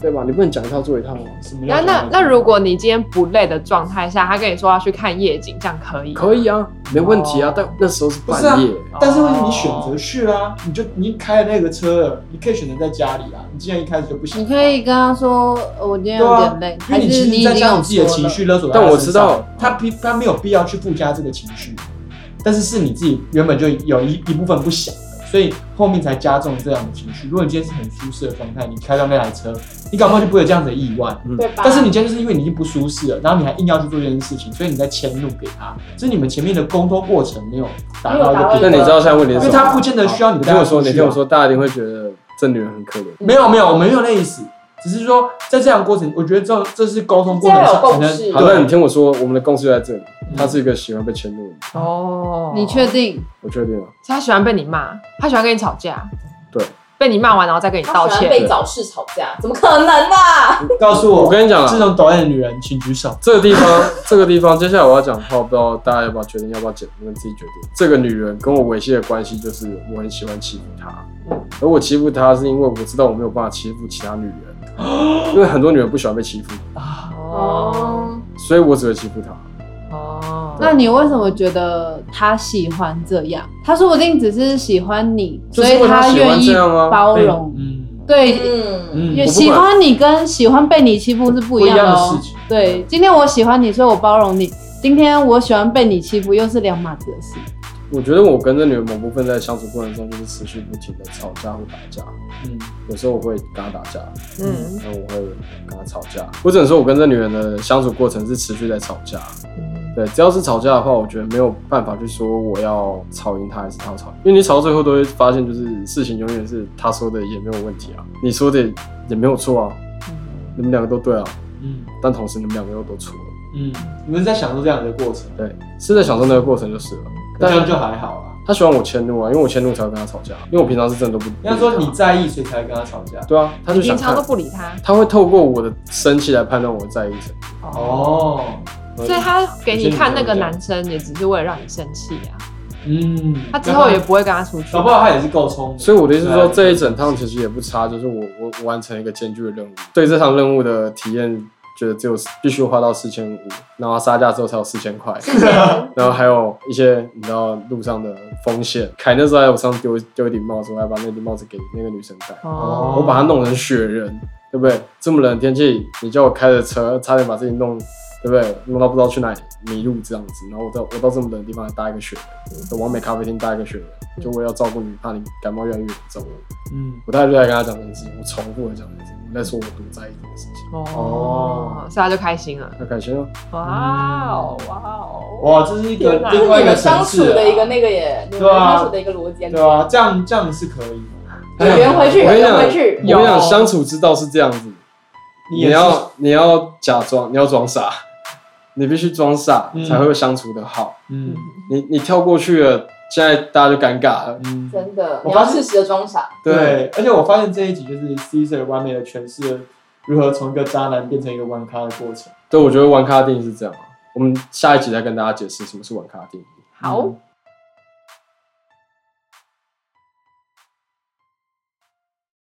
[SPEAKER 2] 对吧？你不能讲一套做一套啊。
[SPEAKER 4] 什么
[SPEAKER 3] 那
[SPEAKER 4] 样的
[SPEAKER 3] 那那如果你今天不累的状态下，他跟你说要去看夜景，这样可以？
[SPEAKER 2] 可以啊，没问题啊，但那时候是半夜，
[SPEAKER 4] 但哦是问题你选择去啦、你就你开了那个车了，你可以选择在家里啊。你既然一开始就不行，
[SPEAKER 5] 你可以跟他说，呃我今天
[SPEAKER 4] 对
[SPEAKER 5] 有
[SPEAKER 4] 啊
[SPEAKER 5] 点累，，
[SPEAKER 4] 因
[SPEAKER 5] 还
[SPEAKER 4] 为你
[SPEAKER 5] 是
[SPEAKER 4] 其
[SPEAKER 5] 你
[SPEAKER 4] 实
[SPEAKER 5] 已
[SPEAKER 4] 在
[SPEAKER 5] 经
[SPEAKER 4] 将
[SPEAKER 5] 有
[SPEAKER 4] 你自己的
[SPEAKER 5] 说
[SPEAKER 4] 情
[SPEAKER 5] 了
[SPEAKER 4] 绪勒索在
[SPEAKER 2] 但
[SPEAKER 4] 他
[SPEAKER 2] 我
[SPEAKER 4] 身
[SPEAKER 2] 知
[SPEAKER 4] 上
[SPEAKER 2] 道
[SPEAKER 4] 他必他没有必要去附加这个情绪，但是是你自己原本就有一一部分不想的，所以后面才加重这样的情绪。如果你今天是很舒适的状态，你开到那台车，你搞不好就不会有这样子的意
[SPEAKER 1] (laughs)
[SPEAKER 4] 外。
[SPEAKER 1] 对吧？
[SPEAKER 4] 嗯但是你今天就是因为你已经不舒适了，然后你还硬要去做这件事情，所以你在迁怒给他，所以你们前面的沟通过程没有达到
[SPEAKER 1] 没有
[SPEAKER 4] 一个
[SPEAKER 1] 达到一
[SPEAKER 4] 平
[SPEAKER 1] 个
[SPEAKER 2] 那
[SPEAKER 4] 衡
[SPEAKER 2] 你知道现在问题是
[SPEAKER 4] 因
[SPEAKER 2] 什
[SPEAKER 4] 为
[SPEAKER 2] 么？
[SPEAKER 4] 他不见得需要你
[SPEAKER 2] 你
[SPEAKER 4] 带
[SPEAKER 2] 听
[SPEAKER 4] 他
[SPEAKER 2] 我说，
[SPEAKER 4] 出去啊
[SPEAKER 2] 你听我说，大家一定会觉得这女人很可怜。
[SPEAKER 4] 没有没有，我没有那意思，只是说在这样的过程，我觉得这这是沟通过程
[SPEAKER 1] 这要有
[SPEAKER 4] 上才
[SPEAKER 1] 共
[SPEAKER 4] 能
[SPEAKER 1] 识
[SPEAKER 2] 好，那你听我说，我们的共识就在这里，她是一个喜欢被迁怒的人，
[SPEAKER 3] 哦，
[SPEAKER 5] 你确定？
[SPEAKER 2] 我确定了。啊
[SPEAKER 3] 所以他喜欢被你骂，他喜欢跟你吵架，
[SPEAKER 2] 对，
[SPEAKER 3] 被你骂完然后再跟你道
[SPEAKER 1] 他喜欢
[SPEAKER 3] 歉，
[SPEAKER 1] 被早市吵架，怎么可能啊？
[SPEAKER 4] 告诉我，
[SPEAKER 2] 我跟你讲啊
[SPEAKER 4] 这种抖 M 的女人请举手。
[SPEAKER 2] 这个地方，这个地方，接下来我要讲的话，不知道大家要不要决定，要不要剪，你们自己决定。这个女人跟我维系的关系就是我很喜欢欺负她，而我欺负她是因为我知道我没有办法欺负其他女人，因为很多女人不喜欢被欺负，
[SPEAKER 1] 嗯
[SPEAKER 3] 哦
[SPEAKER 5] 哦，
[SPEAKER 2] 所以我只会欺负她。
[SPEAKER 3] 哦，
[SPEAKER 5] 那你为什么觉得他喜欢这样？他说不定只是喜欢你，
[SPEAKER 2] 就
[SPEAKER 5] 所
[SPEAKER 2] 是因
[SPEAKER 5] 以
[SPEAKER 2] 为他喜欢
[SPEAKER 5] 愿意
[SPEAKER 2] 这样啊
[SPEAKER 5] 包容。
[SPEAKER 4] 嗯
[SPEAKER 5] 对，
[SPEAKER 1] 嗯，
[SPEAKER 4] 嗯
[SPEAKER 5] 也
[SPEAKER 2] 我不
[SPEAKER 5] 喜
[SPEAKER 2] 管
[SPEAKER 5] 欢你跟喜欢被你欺负是不一样的
[SPEAKER 4] 不一样的
[SPEAKER 5] 哦
[SPEAKER 4] 事情。
[SPEAKER 5] 对，今天我喜欢你，所以我包容你；今天我喜欢被你欺负，又是两码子的事。
[SPEAKER 2] 我觉得我跟这女人某部分在相处过程中就是持续不停的吵架或打架，
[SPEAKER 4] 嗯，
[SPEAKER 2] 有时候我会跟她打架，
[SPEAKER 3] 嗯，
[SPEAKER 2] 然后我会跟她吵架。我只能说，我跟这女人的相处过程是持续在吵架。
[SPEAKER 3] 嗯
[SPEAKER 2] 对，只要是吵架的话，我觉得没有办法去说我要吵赢她还是她要吵赢，因为你吵到最后都会发现，就是事情永远是她说的也没有问题啊，你说的也没有错啊，你们两个都对啊，
[SPEAKER 4] 嗯
[SPEAKER 2] 但同时你们两个又都错了。
[SPEAKER 4] 嗯，你们在享受这样的过程，
[SPEAKER 2] 对，是在享受那个过程就是了。
[SPEAKER 4] 这
[SPEAKER 2] 但
[SPEAKER 4] 样就还好啦。
[SPEAKER 2] 她喜欢我迁怒啊，因为我迁怒才会跟她吵架，因为我平常是真的都不。
[SPEAKER 4] 应该说你在意，所以才跟他吵架。
[SPEAKER 2] 对啊，他
[SPEAKER 3] 你
[SPEAKER 2] 就想
[SPEAKER 3] 平常
[SPEAKER 2] 看
[SPEAKER 3] 都，不理他，
[SPEAKER 2] 他会透过我的生气来判断我在意什么。
[SPEAKER 4] 哦，
[SPEAKER 3] 所以他给你看那个男生也只是为了让你生气啊，
[SPEAKER 4] 嗯，
[SPEAKER 3] 他之后也不会跟他出去
[SPEAKER 4] 搞，不好他也是够聪明。
[SPEAKER 2] 所以我的意思是说，
[SPEAKER 4] 对
[SPEAKER 2] 这一整趟其实也不差，就是我我我完成一个艰巨的任务，对这场任务的体验，觉得只有必须花到四千五，然后杀价之后才有四千块。然后还有一些你知道路上的风险，凯那时候在我上丢丢一顶帽子，我还把那顶帽子给那个女生戴，
[SPEAKER 3] 哦，
[SPEAKER 2] 我把她弄成雪人，对不对？这么冷的天气，你叫我开着车，差点把自己弄，对不对？弄到不知道去哪里迷路这样子，然后我到我到这么冷的地方还搭一个雪人，在完美咖啡厅搭一个雪人，就为了要照顾你，怕你感冒越来越严重。
[SPEAKER 4] 嗯，
[SPEAKER 2] 我大概就在跟他讲这件事情，我重复的讲这件事情，我在说我多在意这件事情。
[SPEAKER 3] 哦，所以他就开心了，
[SPEAKER 2] 那凯先啊，
[SPEAKER 3] 哇哦，哇哦，
[SPEAKER 4] 哇，这是一个
[SPEAKER 3] 天哪
[SPEAKER 1] 这是
[SPEAKER 4] 另
[SPEAKER 1] 你
[SPEAKER 4] 外一个
[SPEAKER 1] 们
[SPEAKER 4] 层
[SPEAKER 1] 相处
[SPEAKER 4] 次啊
[SPEAKER 1] 的一个那个耶，你
[SPEAKER 4] 对
[SPEAKER 1] 们
[SPEAKER 4] 啊
[SPEAKER 1] 相处的一个逻辑。
[SPEAKER 4] 对啊，哎这样这样是可以的。
[SPEAKER 1] 有缘回去，
[SPEAKER 2] 我
[SPEAKER 1] 有
[SPEAKER 2] 跟你讲，
[SPEAKER 1] 缘
[SPEAKER 2] 我
[SPEAKER 1] 回
[SPEAKER 2] 跟
[SPEAKER 4] 嗯
[SPEAKER 1] 去
[SPEAKER 2] 你
[SPEAKER 3] 有
[SPEAKER 2] 讲，相处之道是这样子，
[SPEAKER 4] 你
[SPEAKER 2] 你
[SPEAKER 4] 也是
[SPEAKER 2] 要你要假装，你要装傻，你必须装傻
[SPEAKER 4] 嗯
[SPEAKER 2] 才会相处的好。
[SPEAKER 4] 嗯
[SPEAKER 2] 你你跳过去了，现在大家就尴尬了。
[SPEAKER 4] 嗯，
[SPEAKER 1] 真的，
[SPEAKER 4] 我
[SPEAKER 1] 你
[SPEAKER 4] 发
[SPEAKER 1] 要
[SPEAKER 4] 现
[SPEAKER 1] 适时的装傻。
[SPEAKER 2] 对，
[SPEAKER 4] 对，而且我发现这一集就是 Caesar 完美的诠释了如何从一个渣男变成一个玩咖的过程。
[SPEAKER 2] 对，我觉得玩咖定义是这样啊。我们下一集再跟大家解释什么是玩咖定义。
[SPEAKER 3] 好。
[SPEAKER 4] 嗯